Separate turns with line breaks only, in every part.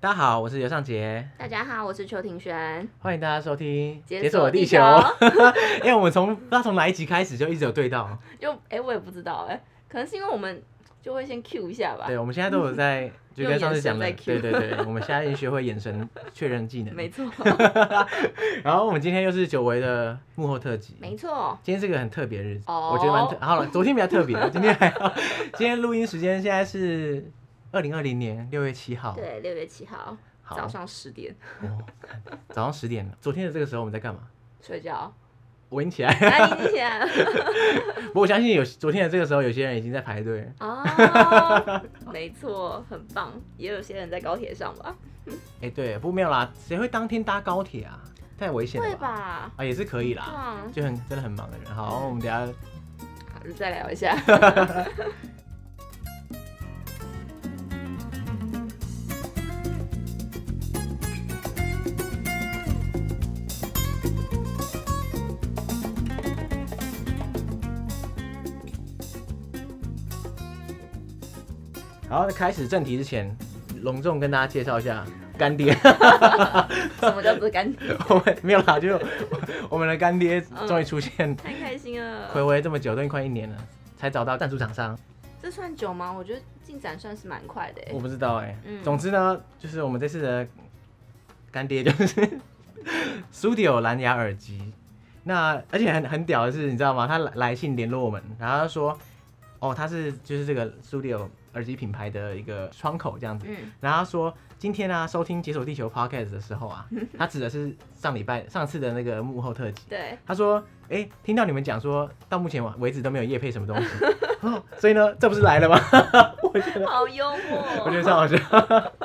大家好，我是尤尚杰，
大家好，我是邱庭轩。
欢迎大家收听《
解
锁
锁
地
地
球
球》
因为我们从不知道从哪一集开始就一直有对到，
就哎、诶我也不知道哎、可能是因为我们就会先 Q 一下 吧。
对，我们现在都有 在，就
用
跟上次
眼神
讲的，
在
对
cue
对对，我们现在已经学会眼神确认技能。
没错，
然后我们今天又是久违的幕后特辑，
没错。
今天是个很特别的日子，
哦
我觉得蛮特。好了，昨天比较特别， 今天还好。今天录音时间现在是二零二零年六月七号，
对，六月七号
好
早上十点
哦，早上十点了。昨天的这个时候我们在干嘛？
睡 觉。
我已经起来了，
哎，你起来了
不过我相信有昨天的这个时候，有些人已经在排队了。
哦，没错，很棒。也有些人在高铁上吧？
哎、对，不过没有啦，谁会当天搭高铁啊？太危险
会
了吧？
吧？
啊，也是可以
对
啦，
啊，
就很真的很忙的人。好，我们等一下
好，再聊一 下。
然后在开始正题之前，隆重跟大家介绍一下干爹。
什么叫做干爹？
我们没有啦，就我们的干爹终于出现，
太开心了。
暌违这么久，都已经快一年了，才找到赞助厂商。
这算久吗？我觉得进展算是蛮快的、
我
欸。
不知道哎、
嗯
总之呢，就是我们这次的干爹就是 Studio 蓝牙耳机。那而且很很屌的是，你知道吗？他来来信联络我们，然后他说，哦，他是就是这个 Studio 耳机品牌的一个窗口这样子。
嗯，
然后他说，今天呢、啊收听《解锁地球》Podcast 的时候啊，他指的是上礼拜上次的那个幕后特辑。
对，
他说：“哎、听到你们讲说到目前为止都没有夜配什么东西， 哦所以呢，这不是来了吗？我觉得，
好幽
我觉得
默。
超好笑。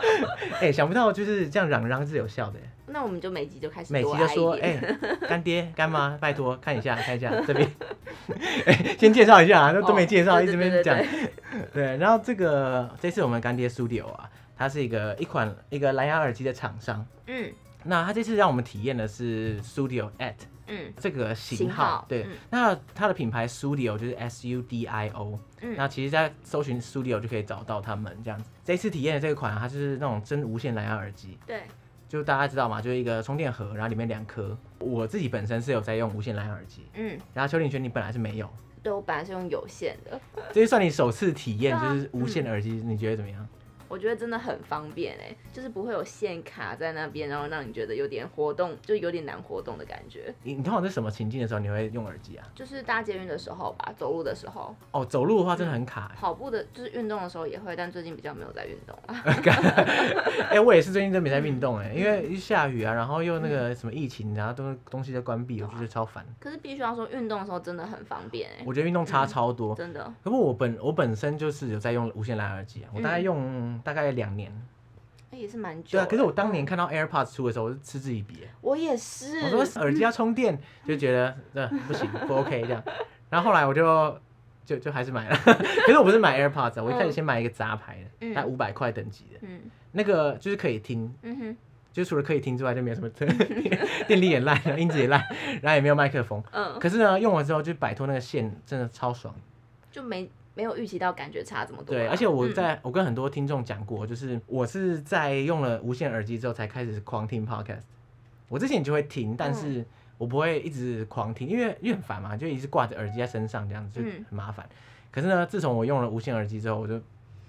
哎、想不到就是这样嚷嚷是有效的，
那我们就每集就开始
每集
多
就
爱一
说：
点
哎、干爹干妈，拜托看一下看一下这边。 哎、先介绍一下啊，都都没介绍，
哦
一直
对对
没
对
讲。
对
对，然后这个这次我们干爹 Studio 啊，它是一个一款一个蓝牙耳机的厂商。
嗯
那它这次让我们体验的是 Studio at。”
嗯
这个型号，
型号
对，
嗯
那它的品牌 Studio 就是 S U D I O，、
嗯
那其实在搜寻 Studio 就可以找到他们这样子。这一次体验的这个款啊，它就是那种真无线蓝牙耳机，
对，
就大家知道嘛，就是一个充电盒，然后里面两颗。我自己本身是有在用无线蓝牙耳机，
嗯，
然后邱鼎轩你本来是没有，
对我本来是用有线的，
这就算你首次体验
对啊
就是无线耳机，你觉得怎么 样？
我觉得真的很方便哎、就是不会有线卡在那边，然后让你觉得有点活动，就有点难活动的感觉。
你你通常在什么情境的时候你会用耳机啊？
就是搭捷运的时候吧，走路的时候，
哦，走路的话真的很卡、
跑步的，就是运动的时候也会，但最近比较没有在运动啊了。
哎、我也是最近真没在运动哎、因为一下雨啊，然后又那个什么疫情，然后都东西都关闭，我就觉得超烦。
可是必须要说，运动的时候真的很方便哎、
我觉得运动差超多。
真的。
可不，我本我本身就是有在用无线蓝牙耳机啊，我大概用大概两年。
哎也是蛮久
对
了，
啊，可是我当年看到 AirPods 出的时候，我是嗤之以鼻欸。
我也是，
我说耳机要充电，就觉得这不行，不 OK 这样。然后后来我就就就还是买了，可是我不是买 AirPods，啊，我一开始先买一个杂牌的，
嗯
大概五百块等级的，
嗯
那个就是可以听，
嗯哼
就除了可以听之外，就没有什么特电力也烂，然后音质也烂，然后也没有麦克风。
嗯，
可是呢，用完之后就摆脱那个线，真的超爽。
就没没有预期到感觉差这么多啦。
对，而且我
嗯
在、我跟很多听众讲过，就是我是在用了无线耳机之后才开始狂听 podcast。我之前就会听，
嗯
但是我不会一直狂听，因为因为很烦嘛，就一直挂着耳机在身上这样子就很
嗯
麻烦。可是呢，自从我用了无线耳机之后，我就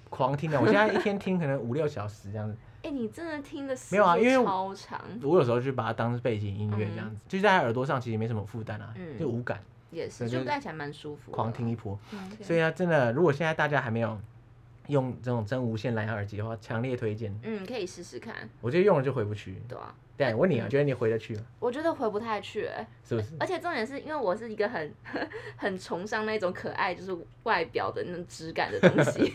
狂听了。我现在一天听可能五六小时这样子，
哎、你真的听的时
没有啊
间
因为我
超长，
我有时候就把它当背景音乐这样子，就是在耳朵上其实没什么负担啊，
嗯
就无感，
也
对
是，
就
就戴起来蛮舒服的。
狂听一波。
嗯，对
所以啊，真的，如果现在大家还没有用这种真无线蓝牙耳机的话，强烈推荐。
嗯，可以试试看，
我觉得用了就回不去。
对啊，
对，我问你啊，觉得你回得去吗？
我觉得回不太去、欸，
是不是？
而且重点是因为我是一个很 很崇尚那种可爱，就是外表的那种质感的东 西。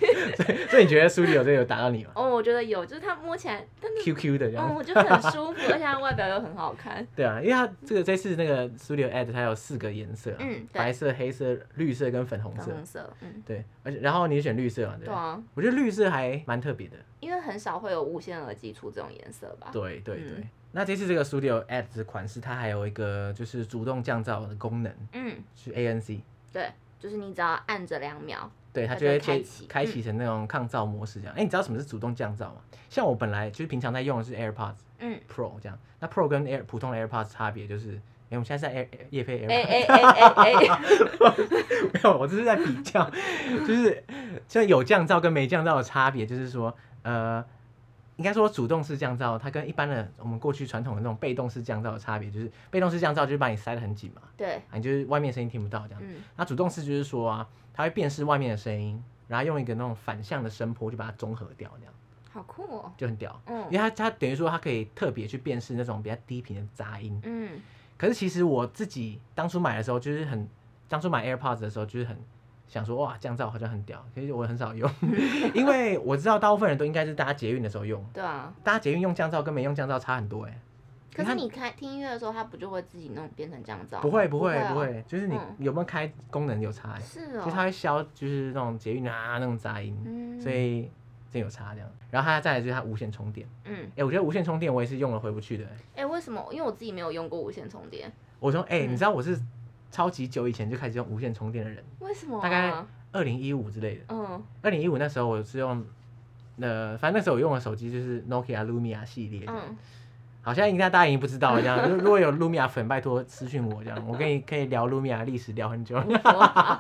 所以你觉得苏里有这个有打到你吗
哦，我觉得有，就是它摸起来，但是
？QQ 的这
嗯，
样。
我觉得很舒服，而且它外表又很好看。
对啊，因为它这个这次那个 Studio Ad 它有四个颜色啊、
嗯对
白色、黑色、绿色跟粉红
粉
色。
红色，嗯，
对，而且然后你选绿色嘛，对
对
吧？
啊，
我觉得绿色还蛮特别的。
因为很少会有无线耳机出这种颜色吧？
对对
嗯
对。那这次这个 Studio Ad 的款式，它还有一个就是主动降噪的功能，
嗯，
是 ANC。
对，就是你只要按着两秒，
对它
它
就
就
会
会
切
开启嗯
开启成那种抗噪模式这样。哎、你知道什么是主动降噪吗？像我本来就是平常在用的是 AirPods
嗯，
Pro 这样，那 Pro 跟 Air 普通的 AirPods 差别就是，哎、我们现在是在 Air 夜配 AirPods，、
哎哎哎哎哎，
没有，我这是在比较， 就是像有降噪跟没降噪的差别，就是说，呃，应该说主动式降噪，它跟一般的我们过去传统的那种被动式降噪的差别，就是被动式降噪就是把你塞得很紧嘛，
对，
啊，你就是外面声音听不到这样。
嗯，
那主动式就是说啊，它会辨识外面的声音，然后用一个那种反向的声波就把它中和掉，这样
好酷哦，
就很屌。因为
嗯
它它等于说它可以特别去辨识那种比较低频的杂音，
嗯，
可是其实我自己当初买的时候，就是很当初买 AirPods 的时候，就是很想说哇，降噪好像很屌，可是我很少用， 因为我知道大部分人都应该是搭捷运的时候用，
对啊。
搭捷运用降噪跟没用降噪差很多哎、
可
你
是
看
你开听音乐的时候，它不就会自己弄变成降噪吗？
不会不会
啊
不，会，就是你
嗯
有没有开功能有差哎、
是
就是它
哦，
会消就是那种捷运啊那种杂音，
嗯，
所以真有差这样。然后它再来就是它无线充电，
嗯，
哎、我觉得无线充电我也是用了回不去的、欸，
哎，为什么？因为我自己没有用过无线充电，
我从哎、
嗯
你知道我是超级久以前就开始用无线充电的人，
为什么啊？
大概二零一五之类的。
嗯，
二零一五那时候我是用，呃，反正那时候我用的手机就是 Nokia Lumia 系列的，
嗯，
好像应该大家已经不知道了这样。如 如果有 Lumia 粉，拜托私讯我这样，我跟你可以聊 Lumia 的历史聊 很久。
啊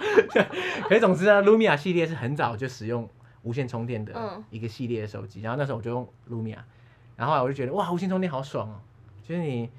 可是总之呢，Lumia 系列是很早就使用无线充电的
嗯
一个系列的手机，然后那时候我就用 Lumia，然后后来我就觉得哇，无线充电好爽哦，就是你。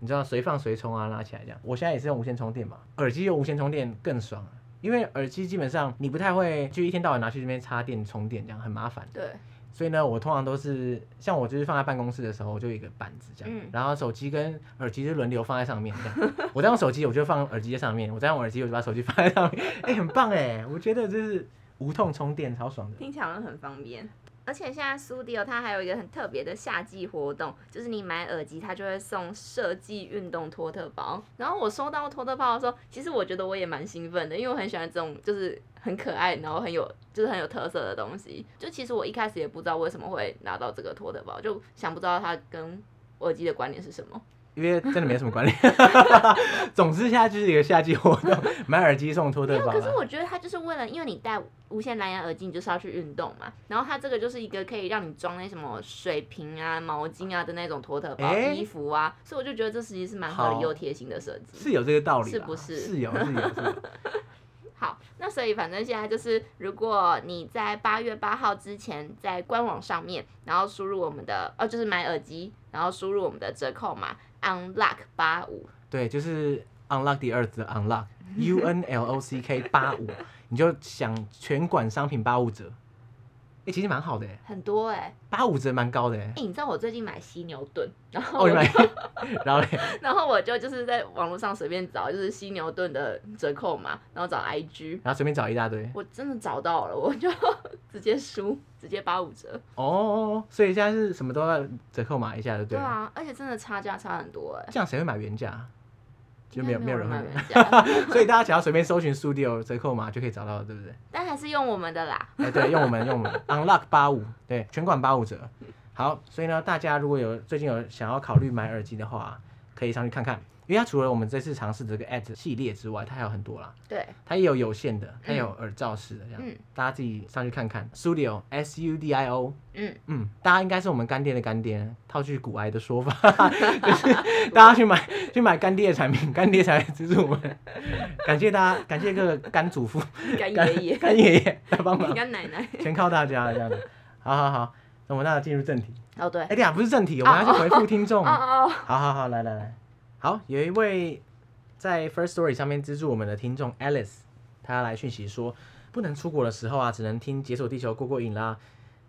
你知道随放随充啊，拿起来这样。我现在也是用无线充电嘛，耳机用无线充电更爽、啊，因为耳机基本上你不太会就一天到晚拿去这边插电充电，这样很麻烦。
对，
所以呢，我通常都是像我就是放在办公室的时候，我就有一个板子这样，
嗯
然后手机跟耳机就轮流放在上面这样。 我在用手机，我就放耳机在上面；我在用耳机，我就把手机放在上面。哎、很棒哎，我觉得就是无痛充电，超爽的。
听起来好像很方便。而且现在 Studio 它还有一个很特别的夏季活动，就是你买耳机，它就会送设计运动托特包。然后我收到托特包的时候，其实我觉得我也蛮兴奋的，因为我很喜欢这种就是很可爱，然后很有就是很有特色的东西。就其实我一开始也不知道为什么会拿到这个托特包，就想不知道它跟耳机的关联是什么。
因为真的没什么关联。 总之，现在就是一个夏季活动，买耳机送托
没
特
有，
包啊
可是
啦。
我觉得它就是为了，因为你戴无线蓝牙耳机，你就是要去运动嘛。然后它这个就是一个可以让你装那什么水瓶啊、毛巾啊的那种托特包、
哎
衣服啊，所以我就觉得这其实是蛮合
好
理又贴心的设计。
是有这个道理啦，
是不是
是有，是有，是有。
好，那所以反正现在就是，如果你在八月八号之前在官网上面，然后输入我们的哦，就是买耳机，然后输入我们的折扣码 unlock 八五，
对，就是 unlock 第二字 unlock U N L O C K 八五，你就想全馆商品八五折，哎、其实蛮好的哎，
很多哎、欸、
八五折蛮高的哎
哎、。你知道我最近买犀牛盾，然后
哦，
我
你买，然后嘞，
然后我就就是在网络上随便找，就是犀牛盾的折扣码，然后找 IG，
然后随便找一大堆。
我真的找到了，我就 直接输，直接八五折。
哦，所以现在是什么都要折扣码一下，就对
对
了。
啊，而且真的差价差很多哎、
这样谁会买原价？就没有
应该
有
有
人会
买
买，
原价，
所以大家只要随便搜寻 Studio 折扣码就可以找到了，对不对？
但还是用我们的啦。
哎，对，用我们用我们 Unlock 八五，对，全馆八五折。好，所以呢，大家如果有最近有想要考虑买耳机的话，可以上去看看，因为它除了我们这次尝试的这个 At 系列之外，它还有很多啦，
对，
它也有有线的，它也有耳罩式的这样，
嗯
大家自己上去看看。Studio S U D I O，
嗯，
嗯，大家应该是我们干爹的干爹，套句古埃的说法， 就是大家去买去买干爹的产品，干爹才来资助我们。感谢大家，感谢各个干祖父、
干
干
爷爷、
干爷爷来帮忙。
干奶奶。
全靠大家这样子。好好好，那我们那进入正题。
哦对
哎、，等一下不是正题，我们要去回复听众。
哦
好
哦，
好好，来来来，好，有一位在 First Story 上面资助我们的听众 Alice，她来讯息说，不能出国的时候啊，只能听《解锁地球》过过瘾啦。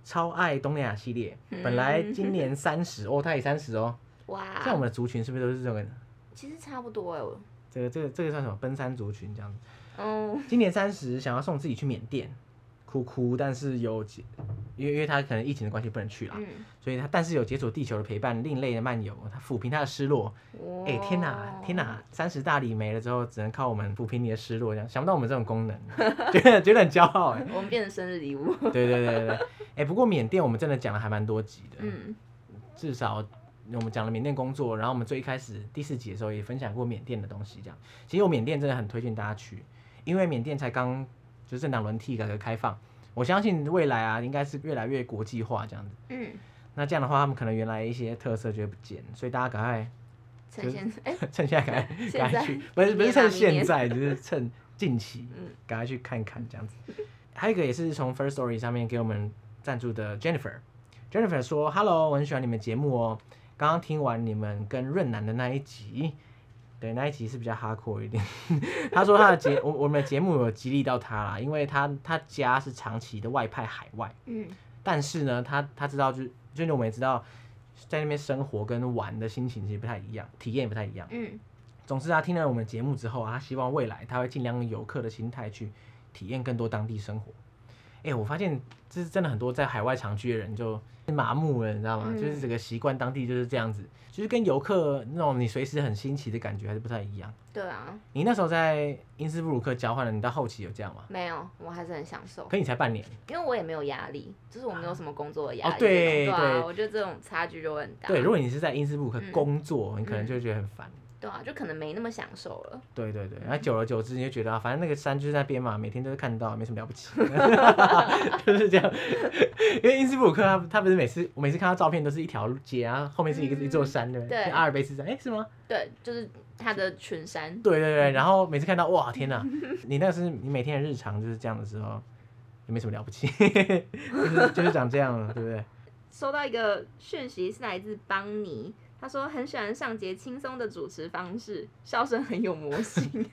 超爱东南亚系列，
嗯
本来今年三十哦，她也三十哦。像我
哇，
们的族群是不是都是这个？
其实差不多哎、我
这个这个这个算什么？奔三族群这样子。
嗯，
今年三十想要送自己去缅甸，哭哭，但是有几，因为因为他可能疫情的关系不能去啦，
嗯，
所以他但是有解锁地球的陪伴，另类的漫游，他抚平他的失落。
嗯哇
哎、天哪，天哪，三十大礼没了之后，只能靠我们抚平你的失落，这样想不到我们这种功 能，觉得觉得很骄傲哎、
我们变成生日 礼物，
对对对对对，哎、不过缅甸我们真的讲了还蛮多集的，
嗯，
至少。我们讲了缅甸工作，然后我们最一开始第四集的时候也分享过缅甸的东西，这样。其实我缅甸真的很推荐大家去，因为缅甸才刚就是政党轮替改革开放，我相信未来啊，应该是越来越国际化这样子。
嗯，
那这样的话，他们可能原来一些特色就会不见，所以大家赶快
趁现在，哎、
趁现在赶快
现
赶快
在
去，不是不是
明年啊
趁
明
现
年
在，就是趁近期
嗯，
赶快去看看这样子。还有一个也是从 First Story 上面给我们赞助的 Jennifer。Jennifer 说：“Hello，我很喜欢你们节目哦。刚刚听完你们跟润南的那一集，对那一集是比较哈阔一点。 他说他的节我我们的节目有激励到他啦，因为他他家是长期的外派海外，
嗯，
但是呢，他他知道就就是我们也知道，在那边生活跟玩的心情其实不太一样，体验也不太一样。
嗯，
总之啊，听了我们节目之后啊，他希望未来他会尽量用游客的心态去体验更多当地生活。哎、我发现这是真的很多在海外长居的人就麻木了，你知道吗？
嗯
就是整个习惯当地就是这样子，就是跟游客那种你随时很新奇的感觉还是不太一样。
对啊，
你那时候在因斯布鲁克交换了，你到后期有这样吗？
没有，我还是很享受，
可你才半年，
因为我也没有压力，就是我没有什么工作的压力
哦
那种，
对
啊，
对
我觉得这种差距就会很大，
对，如果你是在因斯布鲁克
嗯
工作，你可能就会觉得很烦。
对啊，就可能没那么享受了，
对对对，然后久而久之你就觉得啊，反正那个山就是那边嘛，每天都是看到，没什么了不起， 就是这样。因为因斯布鲁克他他不是每次我每次看到照片都是一条街啊，后面是一个、
嗯
一座山对不
对
就阿尔卑斯山，哎是吗？
对，就是它的群山，
对对对，然后每次看到哇天 哪，你那是你每天的日常就是这样的时候，也没什么了不起，就是就是长这样了，对不对？
收到一个讯息是来自邦尼，他说很喜欢上节轻松的主持方式，笑声很有魔 性、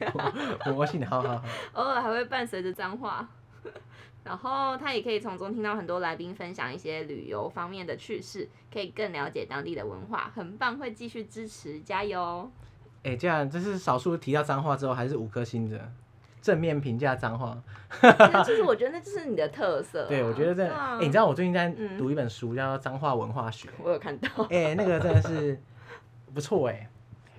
魔性，好好好，
偶尔还会伴随着脏话。 然后他也可以从中听到很多来宾分享一些旅游方面的趣事，可以更了解当地的文化，很棒，会继续支持，加油！
哎、这样这是少数提到脏话之后还是五颗星的正面评价脏话。
就是我觉得那就是你的特色啊、
对，我觉得这，哎、
啊
你知道我最近在
嗯
读一本书，叫《做《脏话文化 学》，
我有看到，
哎、那个真的是不错哎、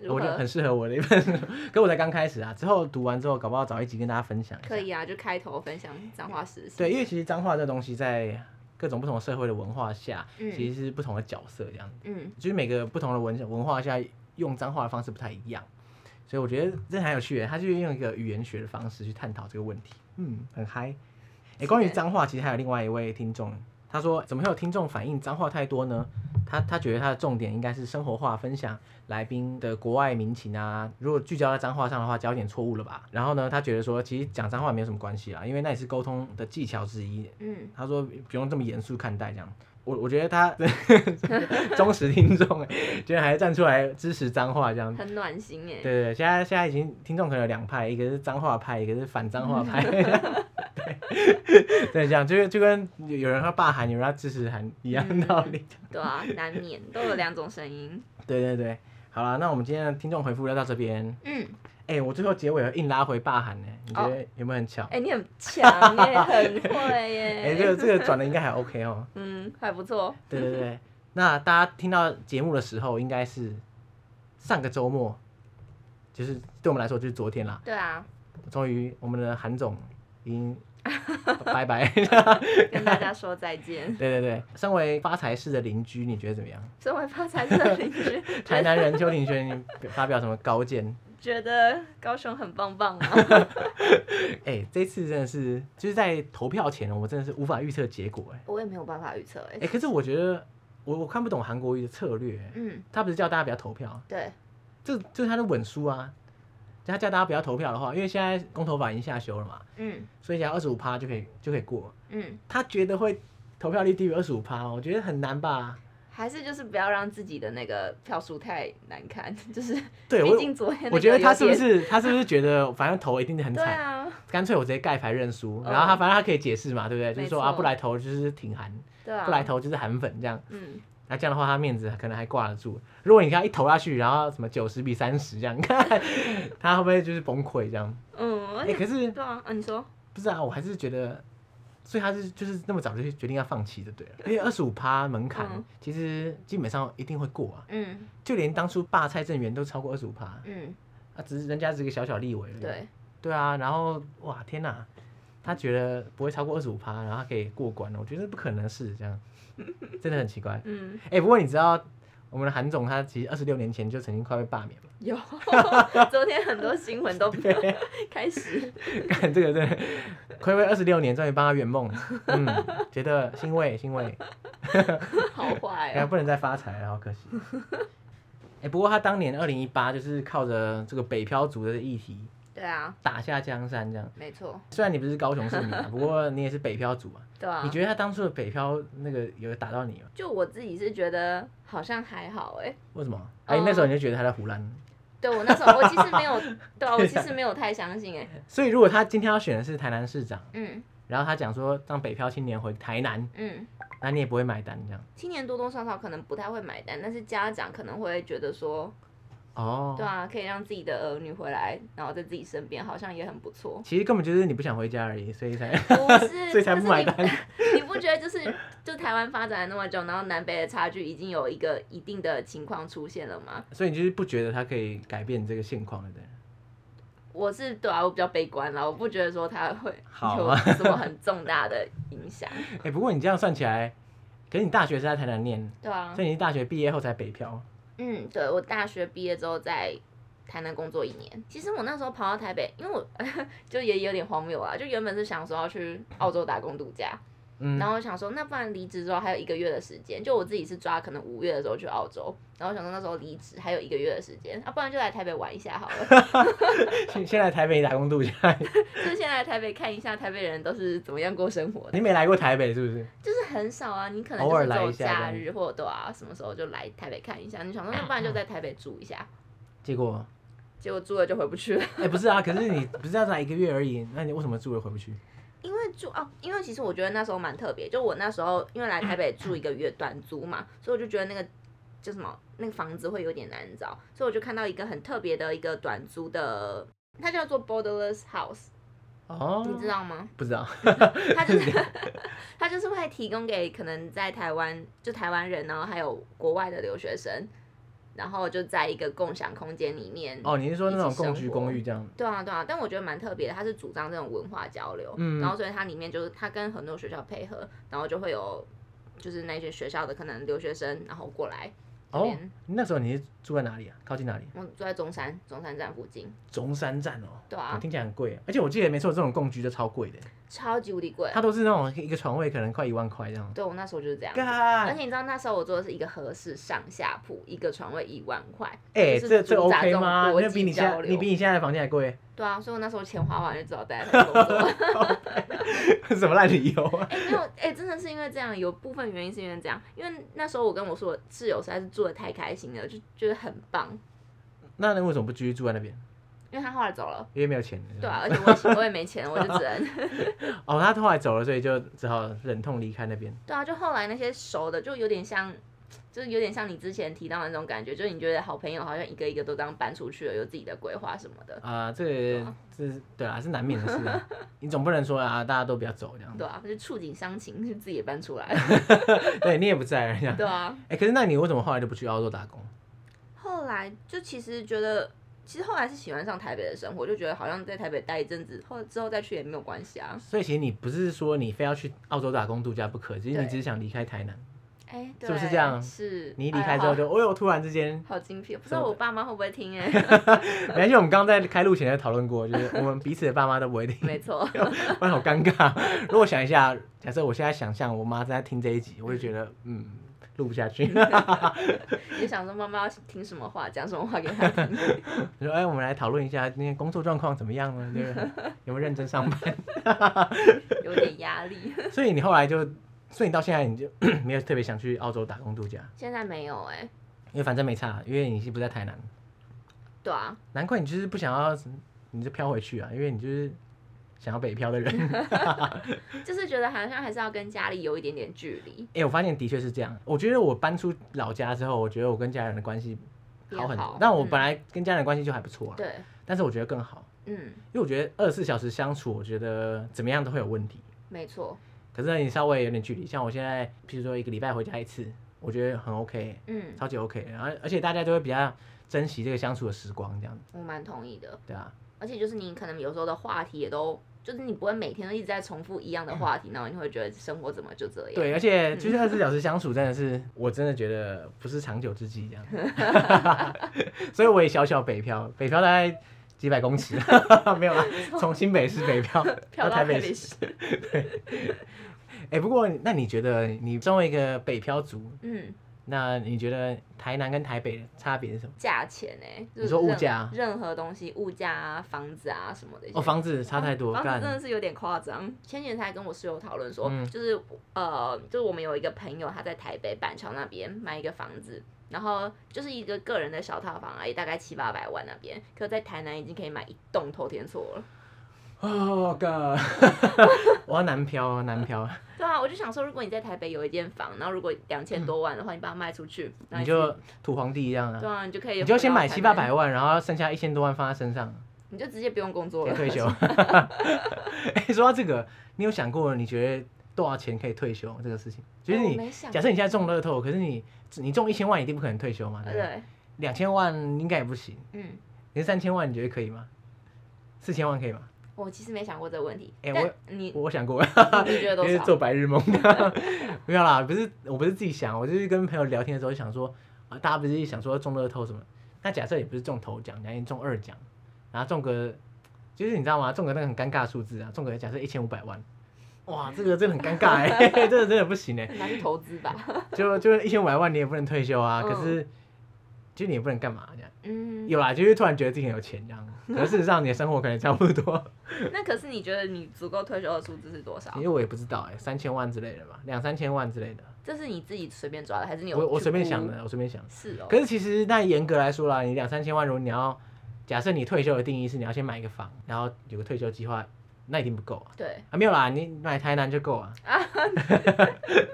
如
我觉得
何
很适合我的一本书， 可我才刚开始啊，之后读完之后，搞不好找一集跟大家分享一下。
可以啊？就开头分享脏话实习，
对，因为其实脏话这东西在各种不同社会的文化下，
嗯
其实是不同的角色这样子，
嗯，
就是每个不同的文文化下用脏话的方式不太一样。所以我觉得这很有趣耶，他就是用一个语言学的方式去探讨这个问题，嗯，很嗨。哎、关于脏话，其实还有另外一位听众，他说怎么会有听众反映脏话太多呢？他他觉得他的重点应该是生活化分享来宾的国外民情啊，如果聚焦在脏话上的话，就有点错误了吧？然后呢，他觉得说其实讲脏话也没有什么关系啦，啊因为那也是沟通的技巧之一。
嗯，
他说不用这么严肃看待这样。我我觉得他忠实听众，居然还站出来支持脏话这样子
很暖心哎、
对对对，现在现在已经听众可能有两派，一个是脏话派，一个是反脏话派。对对，这样就就跟有人他霸韩，有人他支持韩一样的道理。
对啊，难免都有两种声音，
对对对，好了，那我们今天的听众回复就到这边。
嗯，
哎、我最后结尾有硬拉回霸韩呢、你觉得有没有很巧？
哎、你很 强哎、很会耶、
哎、这个这个转的应该还 OK 哦。
嗯，还不错，
对对对，那大家听到节目的时候，应该是上个周末，就是对我们来说就是昨天啦。
对啊，
终于我们的韩总已经拜拜。
跟大家说再见。
对对对，身为发财市的邻居，你觉得怎么样？
身为发财的邻居，
台南人邱庭轩你发表什么高见？
觉得高雄很棒棒啊！
哎、这次真的是就是在投票前，我真的是无法预测结果哎、
我也没有办法预测哎、
哎、可是我觉得我我看不懂韩国瑜的策略、哎
嗯，
他不是叫大家不要投票，
对，
这这是他的稳输啊。他叫大家不要投票的话，因为现在公投法已经下修了嘛，
嗯
所以讲二十五趴就可以就可以过。
嗯，
他觉得会投票率低于二十五趴，我觉得很难吧？
还是就是不要让自己的那个票数太难看， 就是
对我
毕，竟昨天那个
我觉得他是不
有点
是他是不是觉得反正投一定是很
对
惨？
啊
干脆我直接盖牌认输，
嗯
然后他反正他可以解释嘛，对不对？
错
就是说啊，不来投就是挺韩，
对啊，
不来投就是韩粉这样。
嗯，
那这样的话，他面子可能还挂得住。如果你看一投下去，然后什么九十比三十这样， 他会不会就是崩溃这样？
嗯，而
哎、
且、
可是
对啊，嗯、你说
不是啊，我还是觉得，所以他是就是那么早就决定要放弃的，对了。因为二十五趴门槛
嗯，
其实基本上一定会过啊，
嗯
就连当初霸蔡正元都超过二十五趴，
嗯，
啊，只是人家只是个小小立委而已。
对，
对啊，然后哇天哪，他觉得不会超过二十五趴， 然后他可以过关了，我觉得不可能是这样，真的很奇怪。
嗯
哎、不过你知道我们的韩总他其实二十六年前就曾经快被罢免 了，
有，昨天很多新闻都 开始，
看这个真的，快被二十六年，终于帮他圆梦了，嗯，觉得欣慰欣慰，
好坏
哎，
哦。
不能再发财了，好可惜。 哎、不过他当年二零一八就是靠着这个北漂族的议题
对啊，
打下江山，这样。
没错，
虽然你不是高雄市 民啊，不过你也是北漂族啊。
对啊。
你觉得他当初的北漂那个有打到你吗？
就我自己是觉得好像还好哎、
为什么？哎、那时候你就觉得他在胡乱。
对我那时候我其实没有，对啊，我其实没有太相信哎、
所以如果他今天要选的是台南市长，
嗯
然后他讲说让北漂青年回台南，
嗯，
那你也不会买单这样。
青年多多少少可能不太会买单，但是家长可能会觉得说，
哦，。
对啊，可以让自己的儿女回来，然后在自己身边，好像也很不错
其实根本就是你不想回家而已，所以才
不是，
所以才不买
可
单
是。 你你不觉得就是就台湾发展了那么久，然后南北的差距已经有一个一定的情况出现了吗？
所以你就是不觉得他可以改变这个现况，对不对？
我是对啊，我比较悲观啦，我不觉得说它会
好
有
啊
什么很重大的影响，
哎、不过你这样算起来，可是你大学是在台南念，
对啊
所。以你大学毕业后才北漂。
嗯，对我大学毕业之后在台南工作一年。其实我那时候跑到台北，因为我 就也有点荒谬啊，就原本是想说要去澳洲打工度假，
嗯
然，后我想说那不然离职之后还有一个月的时间，就我自己是抓可能五月的时候去澳洲，然后我想说那时候离职还有一个月的时间，啊不然就来台北玩一下好了，
现现在台北打工度假，
就先来台北看一下台北人都是怎么样过生活的，
你没来过台北是不是？
就是很少啊，你可能
偶
就
尔
是只
来
有
一下
假
这样
日或对啊什么时候就来台北看一下，你想 说那不然就在台北住一下，
结果，
结果住了就回不去了。
哎、不是啊，可是你不是要来一个月而已，那你为什么住了回不去？
因为住哦，因为其实我觉得那时候蛮特别，就我那时候因为来台北住一个月短租嘛，所以我就觉得那个叫什么那个房子会有点难找，所以我就看到一个很特别的一个短租的，它叫做 Borderless House，、
哦，
你知道吗？
不知道？
它就是 它就是会提供给可能在台湾就台湾人，然后还有国外的留学生，然后就在一个共享空间里面。
哦，你是说那
一
种
起生
共居
活
公寓这样？
对啊，对啊，但我觉得蛮特别的，它是主张这种文化交流，
嗯
然后所以它里面就是它跟很多学校配合，然后就会有就是那些学校的可能留学生，然后过来这
哦
边。，
那时候你是住在哪里啊？靠近哪里？
我住在中山，中山站附近，
中山站哦。
对啊
我听起来很贵，而且我记得没错，这种共居都超贵的，
超级无敌贵。
它都是那种一个床位可能快一万块这样。
对我那时候就是这样。而
干，哎
且你知道那时候我做的是一个合适上下铺，一个床位一万块，
哎，
就是
这这
主打
OK
这种
吗？
国
那比
际
你现
交
在
流。
你比你现在的房间还贵，
对啊，所以我那时候钱花完就只好待在那里工作。
什么烂理由啊？
哎、没有，哎、真的是因为这样，有部分原因是因为这样，因为那时候我跟我说室友实在是住的太开心了，就觉得很棒，
那你为什么不继续住在那边？
因为他后来走了，
因为没有钱。
对啊，而且我也我也没钱，我就只能，
哦，他后来走了，所以就只好忍痛离开那边。
对啊，就后来那些熟的就有点像，就是有点像你之前提到的那种感觉，就是你觉得好朋友好像一个一个都这样搬出去了，有自己的规划什么的，
啊、这
哦
个这是对啊，是难免的事、啊。 你总不能说啊，大家都不要走这样。
对啊，就触景伤情，就自己也搬出来了，
对你也不在了 这样。
对啊，
哎、可是那你为什么后来就不去澳洲打工？
后来就其实觉得。其实后来是喜欢上台北的生活，就觉得好像在台北待一阵子，后之后再去也没有关系啊。
所以其实你不是说你非要去澳洲打工度假不可，其实你
对
只是想离开台南。
哎，
是不是
对
这样
是。
你一
哎
离
呀
开之后
好
就，哦哟，突然之间，
好精辟，不知
什么
道
的
我爸妈会不会听 哎。
没关系，我们刚刚在开录前就讨论过， 就是我们彼此的爸妈都不会听，
没错，
不然好尴尬。 如果想一下，假设我现在想象我妈正在听这一集，我就觉得嗯，录不下去。
也想说妈妈要听什么话，讲什么话给她听。
你说，哎、我们来讨论一下今天工作状况怎么样呢？就是有没有认真上班？
有点压力。
所以你后来就，所以你到现在你就没有 特别想去澳洲打工度假，
现在没有哎、
因为反正没差，因为你是不在台南，
对啊，
难怪你就是不想要，你就飘回去啊，因为你就是想要北漂的人。
就是觉得好像还是要跟家里有一点点距离。
哎、我发现的确是这样。我觉得我搬出老家之后，我觉得我跟家人的关系好很
变
多
好。
但我本来跟家人的关系就还不错、啊，
对，
但是我觉得更好，
嗯，
因为我觉得二十四小时相处，我觉得怎么样都会有问题。
没错，
可是你稍微有点距离，像我现在，譬如说一个礼拜回家一次，我觉得很 OK，
嗯，
超级 OK。然后而且大家都会比较珍惜这个相处的时光，这样子，
我蛮同意的。
对啊，
而且就是你可能有时候的话题也都就是你不会每天都一直在重复一样的话题，然后你会觉得生活怎么就这样？
嗯对，而啊且就是二十四小时相处，真的是、我真的觉得不是长久之计这样，所以我也小小北漂，北漂大概几百公尺，没有啦，啊从新北市北漂
飘到
台北市。
北市，
哎、不过那你觉得你作为一个北漂族，
嗯，
那你觉得台南跟台北的差别是什么？
价钱哎、就是
你说物
任
价啊
任何东西，物价啊、房子啊什么的一些。
哦，房子差太多，
房子啊真
干
的是有点夸张。前几天才跟我室友讨论说，
嗯
就是呃，就是我们有一个朋友，他在台北板桥那边买一个房子，然后就是一个个人的小套房而已，大概七八百万那边，可在台南已经可以买一栋头天厝了。
哦干， 我要南漂啊，南 漂，
对啊，我就想说，如果你在台北有一间房，然后如果两千多万的话，你把它卖出去，那
你就土皇帝一样
对
啊，
啊，你就可以
你就先买
回到台南
七八，百万，然后剩下一千多万放在身 上。
你就直接不用工作
可以
了，
退休。 哎、说到这个，你有想过你觉得多少钱可以退休这个事情？就是
哎我
你
没想
假设你现在中乐透，可是你你中一千万，一定不可能退休嘛？对不对？
对，
两千万应该也不行，
嗯，
连三千万你觉得可以吗？四千万可以吗？
我其实没想过这个问题。
哎
但
我
你
我想过，
你觉
因
得多
为
少？
做白日梦的，没有啦，不是，我不是自己想，我就是跟朋友聊天的时候就想说，啊，大家不是想说中乐透什么？那假设也不是中头奖，假如你中二奖，然后中个，就是你知道吗？中个那个很尴尬的数字啊，中个假设一千五百万，哇，这个真的很尴尬哎、欸， 这个真的不行哎、
拿去投资吧。
就就一千五百万你也不能退休啊，
嗯
可是。就你也不能干嘛这样，
嗯，
有啦，就是突然觉得自己很有钱这样，可是事实上你的生活可能差不 多，
啊 那可是你觉得你足够退休的数字是多少
因？为我也不知道哎、三千万之类的吧，两三千万之类的，
这是你自己随便抓的，还是你有
我我
去
随便想
估？
的，我随便想的。
是哦，
可是其实那严格来说啦，你两三千万，如果你要假设你退休的定义是你要先买一个房，然后有个退休计划，那一定不够啊。
对，
啊，没有啦，你买台南就够 啊，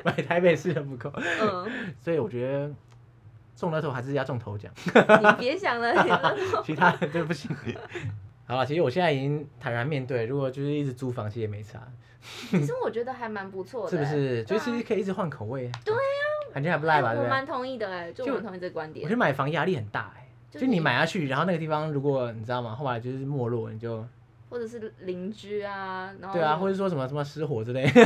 买台北市就不够，
嗯，
所以我觉得中乐透还是要中 头奖，
你别 想了，你真的
其他的就不行。好了，其实我现在已经坦然面对，如果就是一直租房，其实也没差，
其实我觉得还蛮不错
是
的
不
欸，
是？
对
就
啊
是可以一直换口味。
对
呀、感觉还不赖吧，
哎
对
我
不对？
蛮同意的哎，就我
就
蛮同意这个观
我
点
觉得。买房压力很大哎、就
就
是你
你
买下去，然后那个地方如果你知道吗？后来就是没落，你就
或者是邻居啊，然后哎
对啊，
就
或者说什么什么失火之类的，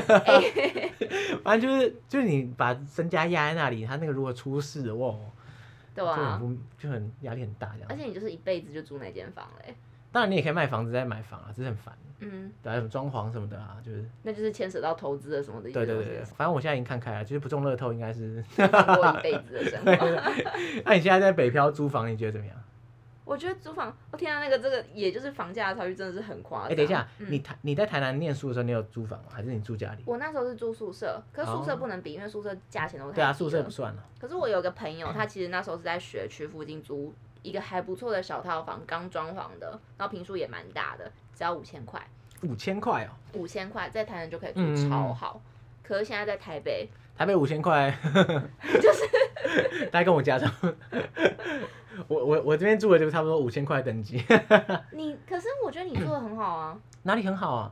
反正就是就是你把身家压在那里，他那个如果出事了，哇， 哦
对
就很
啊，
不就很压力很大这
而
样。
且你就是一辈子就住那间房嘞，
当然你也可以卖房子再买房啊，只是很烦，
嗯，
对啊，什么装潢什么的啊，就是
那就是牵扯到投资的什么的，
对对对对，，反正我现在已经看开了，就是不中乐透应该是。
过一辈子的生 活。
那你现在在北漂租房，你觉得怎么样？
我觉得租房，我、天啊，那个这个也就是房价的差距真的是很夸
哎、
张。
等一下，
嗯
你台你在台南念书的时候，你有租房吗？还是你住家里？
我那时候是住宿舍，可是宿舍
哦
不能比，因为宿舍价钱都太
对啊，
低
宿舍
了
不算了。
可是我有个朋友，他其实那时候是在学区附近租一个还不错的小套房，刚装潢的，然后平数也蛮大的，只要五千块，
五千块哦、
五千块在台南就可以
嗯
住超好。可是现在在台北，
台北五千块，就是 大概跟我家长，我我我这边住的就差不多五千块等级，
你可是我觉得你做的很好啊，
哪里很好啊？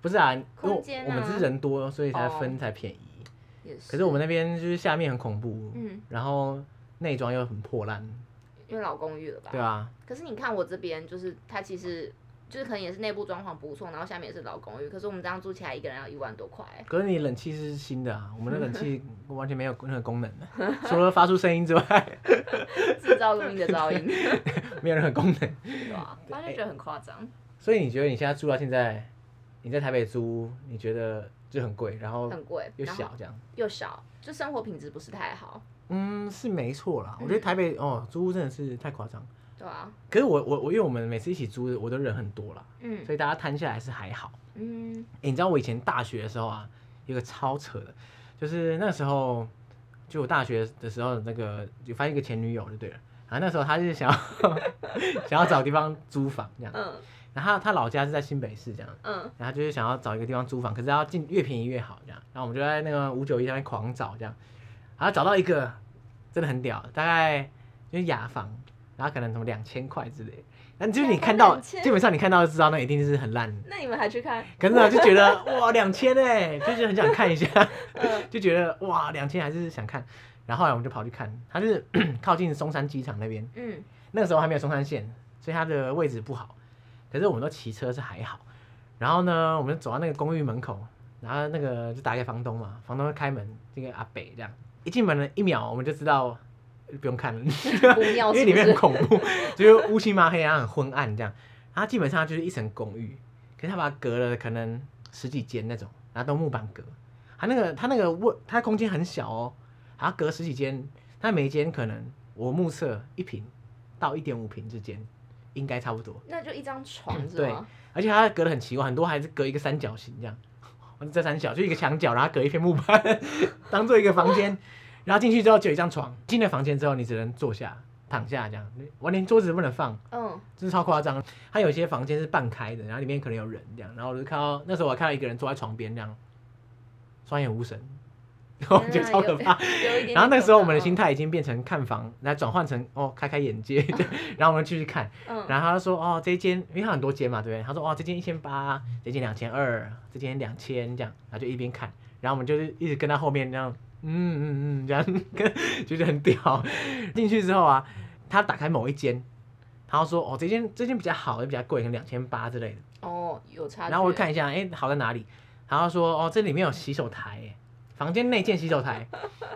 不是啊，因为
空
我
间啊
我们只是人多，所以才分才便宜。
也是。
可是我们那边就是下面很恐怖，
嗯，
然后内装又很破烂，
因为老公寓了吧？
对啊，
可是你看我这边，就是它其实就是可能也是内部装潢不错，然后下面也是老公寓，可是我们这样住起来一个人要一万多块、
可是你冷气是新的啊，我们的冷气完全没有任何功能的，除了发出声音之外，
制造录音的噪音，
没有任何功能。
对吧、
嗯
反正就
哎
觉得很夸张。
所以你觉得你现在住到现在，你在台北租，你觉得就很贵，然后
很贵，
哦又
然后
小这样？
又小，就生活品质不是太好，
嗯，是没错啦。我觉得台北、哦，租屋真的是太夸张。
对啊，
可是我我我，因为我们每次一起租，我的人很多啦，
嗯
所以大家摊下来是还好。
嗯，
诶，你知道我以前大学的时候啊，有个超扯的，就是那时候就我大学的时候，那个就发现一个前女友就对了。然后那时候她就是想要 想要找地方租房这样，
嗯
然后她她老家是在新北市这样，
嗯，
然后就是想要找一个地方租房，可是要进越便宜越好这样。然后我们就在那个五九一上面狂找这样，然后找到一个真的很屌，大概就是雅房，然后可能什么两千块之类的。然后就是你看到，
雅房2000
基本上你看到就知道那一定是很烂的。
那你们还 去看？
可是呢，就觉得哇两千哎，就是很想看一下，
嗯
就觉得哇两千还是想看。然后后来我们就跑去看，它是 靠近松山机场那边，
嗯，
那个时候还没有松山线，所以它的位置不好。可是我们都骑车是还好，然后呢，我们走到那个公寓门口，然后那个就打给房东嘛，房东会开门，这个阿北这样，一进门的一秒我们就知道呃不用看了，
不妙
因为
是不是
里面很恐怖， 就是乌漆麻黑啊，很昏暗这样。它基本上就是一层公寓，可是它把它隔了可能十几间那种，然后都木板隔。它那个它那个位，它空间很小哦，它隔十几间，它每一间可能我目测一平到一点五平之间，应该差不多。
那就一张床
嗯
是
对
吗？
而且它隔得很奇怪，很多还是隔一个三角形这样， 这三角就一个墙角，然后隔一片木板当做一个房间，然后进去之后只有一张床，进了房间之后你只能坐下、躺下这样，我连桌子都不能放，
嗯，
真是超夸张。它有些房间是半开的，然后里面可能有人这样，然后我就看到那时候我看到一个人坐在床边这样，双眼无神，然 后我觉得超可怕。
有一点点可怕。
然后那时候我们的心
态，
态已经变成看房，来转换成哦开开眼界， 然后我们继续看。
嗯，
然后他就说哦，这一间因为他很多间嘛，对不对？他说哦，这间一千八，这间两千二，这间两千这样，然后就一边看，然后我们就是一直跟他后面这样，嗯嗯嗯，这样 跟就是很屌。进去之后啊，他打开某一间，然后说哦，这间这间比较好，比较贵，可能两千八之类的。
哦，有差距。
然后我就看一下，哎、好在哪里？然后说，哦，这里面有洗手台耶，房间内建洗手台，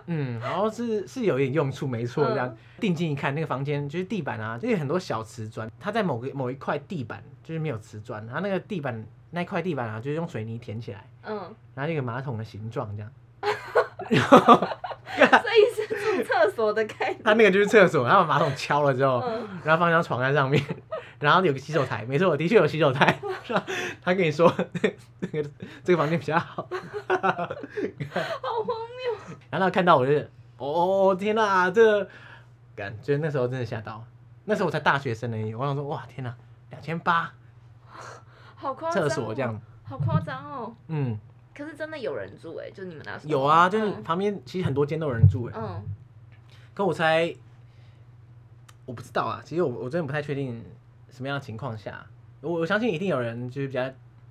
嗯，然后是是有一点用处，没错，这样。
嗯
定睛一看，那个房间就是地板啊，就是很多小瓷砖，它在某个某一块地板就是没有瓷砖，然后那个地板那一块地板啊，就是用水泥填起来，
嗯，
然后那个马桶的形状这样。
所以是住厕所的概念。
他那个就是厕所，然后把马桶敲了之后，
嗯
然后放张床在上面，然后有个洗手台，没错，的确有洗手台。 他跟你说， 这个这个房间比较好，
好荒谬。
然后他看到我就是，哦天哪、这感觉那时候真的吓到，那时候我才大学生而已，我想说哇天哪、两千八
好夸张、哦，
厕所这，样，
好夸张哦！
嗯，
可是真的有人住哎、就你们那时候
有啊，就是
嗯
旁边其实很多间都有人住哎，
嗯
可我猜，我不知道啊，其实我我真的不太确定什么样的情况下，我我相信一定有人就是比较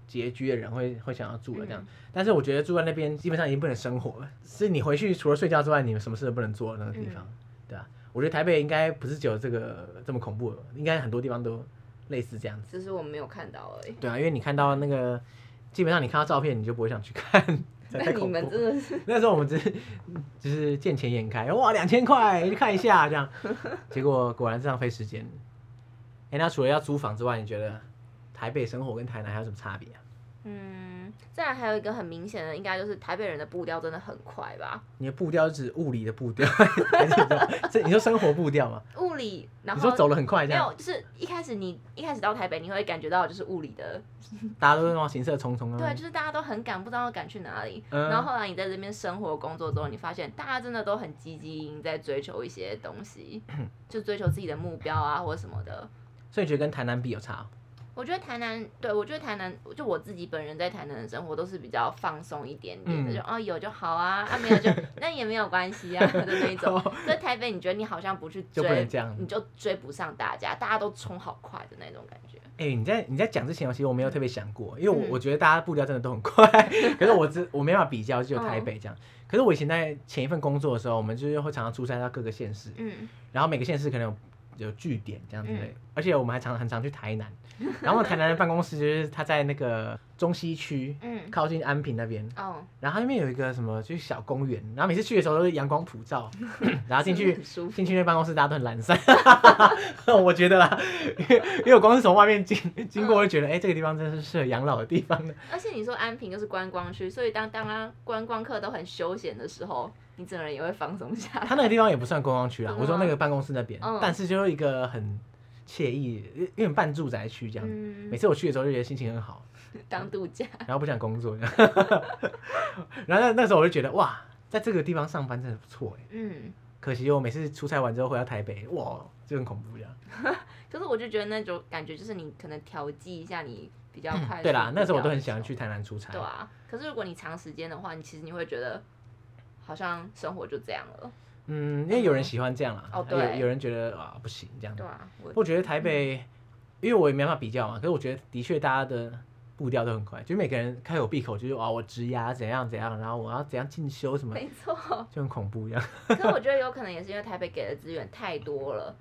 拮据的人会会想要住的这
嗯
样，但是我觉得住在那边基本上已经不能生活了，是你回去除了睡觉之外，你们什么事都不能做的那个地方，
嗯
对啊，我觉得台北应该不是只有这个这么恐怖的，应该很多地方都类似这样子，
只是我们没有看到而已。
对啊，因为你看到那个，基本上你看到照片你就不会想去看， 才
那
太
你
恐
们
怖。
真的是，
那时候我们只是只是见钱眼开，哇，两千块去看一下这 样，结果果然是浪费时间。哎、那除了要租房之外，你觉得台北生活跟台南还有什么差别啊？
嗯，再来还有一个很明显的，应该就是台北人的步调真的很快吧，
你的步调是指物理的步调， 还是你说 这你说生活步调吗？
物理，然
你
后
说走。了很快这
没
样，
有，就是一开始你一开始到台北，你会感觉到就是物理的，
大家都是那种行色匆匆啊。
对，就是大家都很赶，不知道赶去哪里。
嗯
然后后来你在这边生活工作之后，你发现大家真的都很积极在追求一些东 西，就追求自己的目标啊或什么的。
所以你觉得跟台南比有差哦、
我觉得台南，对我觉得台南，就我自己本人在台南的生活都是比较放松一点点的，
嗯
就哦有就好啊，啊没有 就那也没有关系啊的那一种
哦。
在台北，你觉得你好像不去
就
追，
不能这样
你就追不上大家，大家都冲好快的那种感觉。
哎、你在你在讲之前，其实我没有特别想过，因为我、
嗯
我觉得大家步调真的都很快， 可是我只我没办法比较，只有台北这样。可是我以前在前一份工作的时候，我们就是会常常出差到各个县市，
嗯，
然后每个县市可能有有据点这样之类的，而且我们还常很常去台南，然后台南的办公室就是他在那个中西区，
嗯
靠近安平那边，
哦，
然后它那边有一个什么就是小公园，然后每次去的时候都是阳光普照， 然后进去
很舒服。
进去那办公室，大家都很懒散， 我觉得啦，因为因为我光是从外面经经过，我就觉得，哎、这个地方真是适合养老的地 方呢。
而且你说安平就是观光区，所以当当当观光客都很休闲的时候，你整个人也会放松下来。
它那个地方也不算观光区啦
真，的吗
我说那个办公室那边，
嗯
但是就是一个很惬意，有点半住宅区 这样。
嗯
每，次我去的时候就觉得心情很 好，
当度假，
然后不想工作这样。 然后那那时候我就觉得，哇，在这个地方上班真的不错哎。
嗯。
可惜哦我每次出差完之后回到台北，哇，就很恐怖这样。
可是我就觉得那种感觉，就是你可能调剂一下，你比较快、
嗯对啦，那时候我都很喜欢去。台南出差。
对啊，可是如果你长时间的话，你其实你会觉得好像生活就这样了。
嗯，因为有人喜欢这样啦，
哦
有
对
有人觉得啊不行这样。
对啊，我
我觉得台北，因为我也没办法比较嘛，可是我觉得的确大家的步调都很快，就是每个人开口闭口就是啊我职涯怎样怎样，然后我要怎样进修什么，
没错。
就很恐怖一样。
可是我觉得有可能也是因为台北给的资源太多了，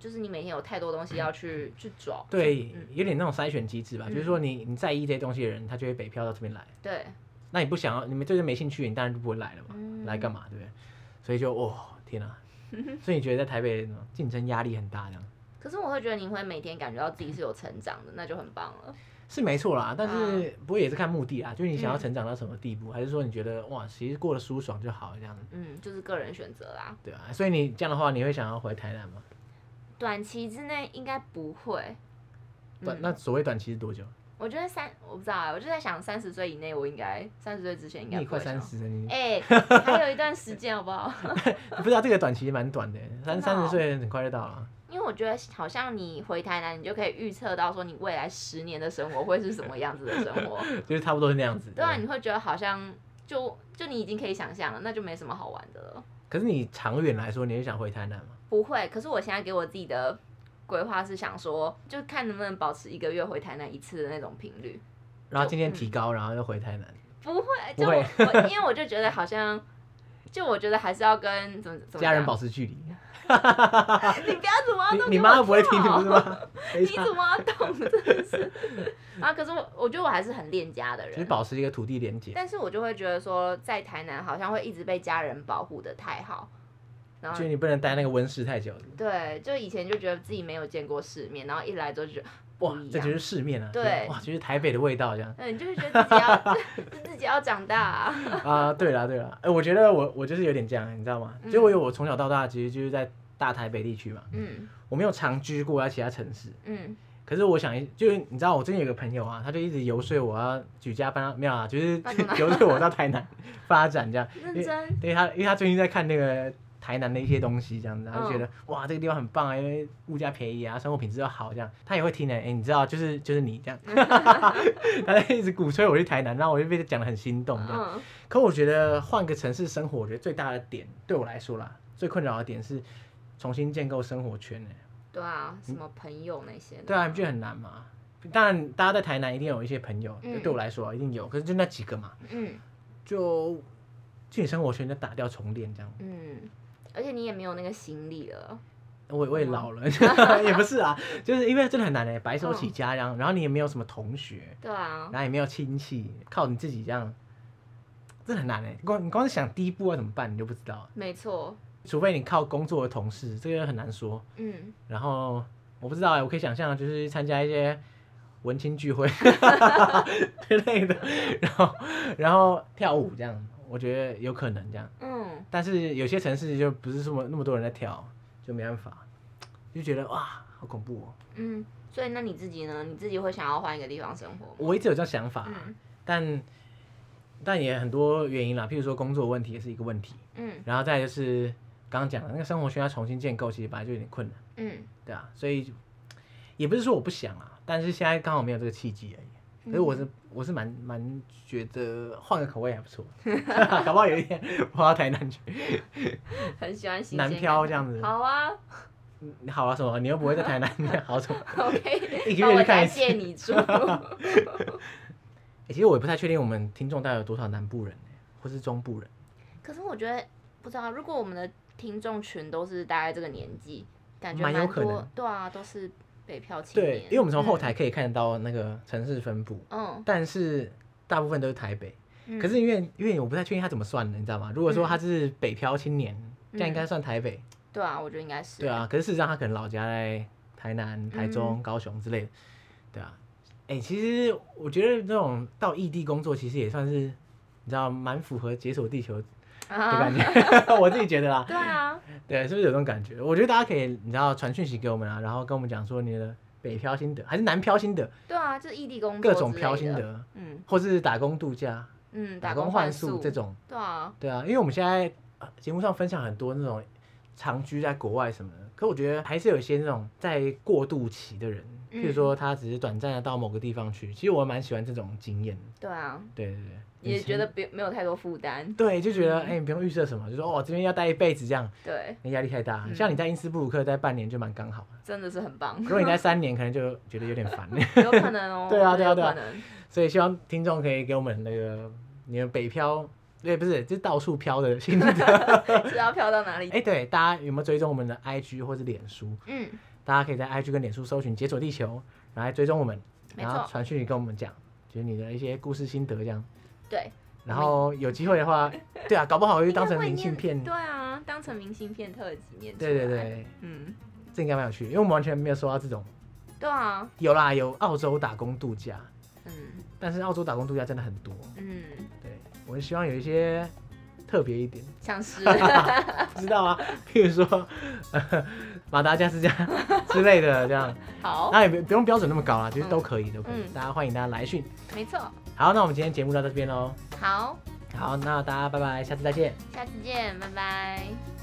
就是你每天有太多东西要去、去找。
对
嗯，
有点那种筛选机制吧，就是说你你在意这些东西的人，他就会北漂到这边来。
对，
那你不想要，你们对这没兴趣，你当然就不会来了嘛，
嗯
来干嘛，对不对？所以就哦，天 哪、所以你觉得在台北嗯竞争压力很大，这样
可是我会觉得你会每天感觉到自己是有成长的，那就很棒了。
是没错啦，但是
嗯
不过也是看目的啊，就是你想要成长到什么地步，还是说你觉得哇，其实过得舒爽就好这样子，
嗯，就是个人选择啦。
对啊，所以你这样的话，你会想要回台南吗？
短期之内应该不会。嗯
短、那所谓短期是多久？
我觉得三，我不知道啊，我就在想三十岁以内，我应该三十岁之前应该
你也
不会
快三
想。
十了，你
哎、还有一段时间好不好？
不知道这个短期蛮短的，三
真的
三
哦
十岁很快就到了。
因为我觉得好像你回台南，你就可以预测到说你未来十年的生活会是什么样子的生活。
就是差不多是那样子。
对啊，你会觉得好像就就你已经可以想象了，那就没什么好玩的了。
可是你长远来说，你是想回台南吗？
不会，可是我现在给我自己的规划是想说，就看能不能保持一个月回台南一次的那种频率。
然后今天提高，然后又回台南。
不会，就
不
我
会
我因为我就觉得好像，就我觉得还是要跟怎么怎么
家人
讲
保持距离。
你不要怎么要动
你你
给
妈
我
不会听
跳
不是？吗？
你
没差
怎么要动？真的是。啊，可是我我觉得我还是很恋家的
就是
人，
保持一个土地连接，
但是我就会觉得说，在台南好像会一直被家人保护的太好，然
就
后
是你不能待那个温室太久。
对，就以前就觉得自己没有见过世面，然后一来之后就觉得
哇
不一，
这
样
就是世面啊！
对。
哇，就是台北的味道这样
嗯，你就会觉得自己 要就自己要长大、啊，
啊，对啦对啦，哎，我觉得我我就是有点这样，你知道吗？就我有我从小到大其实就是在大台北地区嘛，
嗯
我没有长居过在其他城市。
嗯
可是我想，就是你知道，我最近有个朋友啊，他就一直游说我要举家搬到没有啊，就是
搬到哪
游说我到台南发展这样。
认真，
对他，因为他最近在看那个台南的一些东西，这样
嗯
子，他就觉得、哇，这个地方很棒啊，因为物价便宜啊，生活品质又好，这样他也会听的、哎、你知道，就是就是你 这样， 他就一直鼓吹我去台南，然后我就被他讲的很心动这样。
嗯
可我觉得换个城市生活，我觉得最大的点对我来说啦，最困扰的点是重新建构生活圈、哎，
对啊，什么朋友那些的，
嗯对啊，你不觉得很难吗？当然，大家在台南一定有一些朋友，
嗯
对我来说啊一定有，可是就那几个嘛，
嗯
就就你生活圈就打掉重练这样。
嗯，而且你也没有那个行李了，
我我也
嗯
老了， 也不是啊，就是因为真的很难哎，白手起家这样，然后你也没有什么同学，
对啊，
然后也没有亲戚，靠你自己这样，真的很难哎。光你光是想第一步要怎么办，你就不知道，
没错，
除非你靠工作的同事，这个很难说。
嗯，
然后我不知道哎，我可以想象就是参加一些文青聚会 之类的，然后然后跳舞这样，我觉得有可能这样。
嗯，
但是有些城市就不是这么那么多人在跳，就没办法，就觉得哇，好恐怖哦！
嗯，所以那你自己呢？你自己会想要换一个地方生活吗？
我一直有这样想法，
嗯
但但也很多原因啦，譬如说工作问题也是一个问题，
嗯
然后再来就是刚刚讲的那个生活圈要重新建构，其实本来就有点困难，
嗯，
对啊，所以也不是说我不想啊，但是现在刚好没有这个契机而已。可是我是
嗯
我是蛮蛮觉得换个口味还不错，搞不好有一天我要台南去，
很喜欢新
南
鲜
漂
感
这样子。
好啊
嗯好啊，什么？你又不会在台南，好什么？
，OK，
一个
那
月
我
去看
再
一次
借你住，
欸其实我也不太确定我们听众大概有多少南部人、欸，或是中部人。
可是我觉得不知道，如果我们的听众群都是大概这个年纪，感觉
蛮有
蛮
可
多
能，
对啊，都是北漂青年。
对，因为我们从后
嗯，
台可以看得到那个城市分布，
嗯，
但是大部分都是台北。
嗯
可是因为因为我不太确定他怎么算的，你知道吗？如果说他是北漂青年，这样应
嗯
该算台北，
对啊，我觉得应该是，
对，啊。可是事实上他可能老家在台南、台中、
嗯
高雄之类的，对啊。哎、其实我觉得这种到异地工作，其实也算是你知道蛮符合解锁地球的
啊，
感觉， 我自己觉得啦。
对啊，
对，是不是有这种感觉？我觉得大家可以，你知道，传讯息给我们啊，然后跟我们讲说你的北漂心得，还是南漂心得，
对啊，就是异地工作
各种
之类
漂心
的，
得，
嗯
或是打工度假、
嗯，
打
工
工
换
换宿这，种。
对啊，
对啊，因为我们现在呃节目上分享很多那种长居在国外什么的，可我觉得还是有一些那种在过渡期的人，
嗯
譬如说他只是短暂的到某个地方去，其实我蛮喜欢这种经验的。
对啊，
对对对，
也
以前
觉得嗯别没有太多负担，
对，就觉得哎、你不用预设什么，就说哦这边要待一辈子这样，
对，
那压力太大。
嗯
像你在因斯布鲁克待半年就蛮刚好。
真的是很棒，
如果你待三年，可能就觉得有点 烦。
有可能哦，
对啊
我觉得
对啊对啊
有可能
所以希望听众可以给我们那个你们北漂对，不是，就是到处飘的心 得。
知道飘到哪里。
哎，对，大家有没有追踪我们的 IG 或是脸书？
嗯，
大家可以在 IG 跟脸书搜寻“解锁地球”，然后来追踪我们，
没
然后
错
传讯息跟我们讲，就是你的一些故事心得这样。
对，
然后有机会的 话，对啊，搞不好就当成明信片
应，该会念对啊，当成明信片特辑念。
对对，对，
嗯，
这应该蛮有趣，因为我们完全没有收到这种。
对啊，
有啦，有澳洲打工度假，
嗯
但是澳洲打工度假真的很多。
嗯，
对，我希望有一些特别 一点，
像是
知道啊，譬如说、 呃、马达加斯加之类的这样，
好，
那也不不用标准那么高啦，就是都可以，都可以。
哦嗯
大家欢迎大家来讯。
没错，
好，那我们今天节目就到这边喽。
好，
好，那大家拜拜，下次再见。
下次见，拜拜。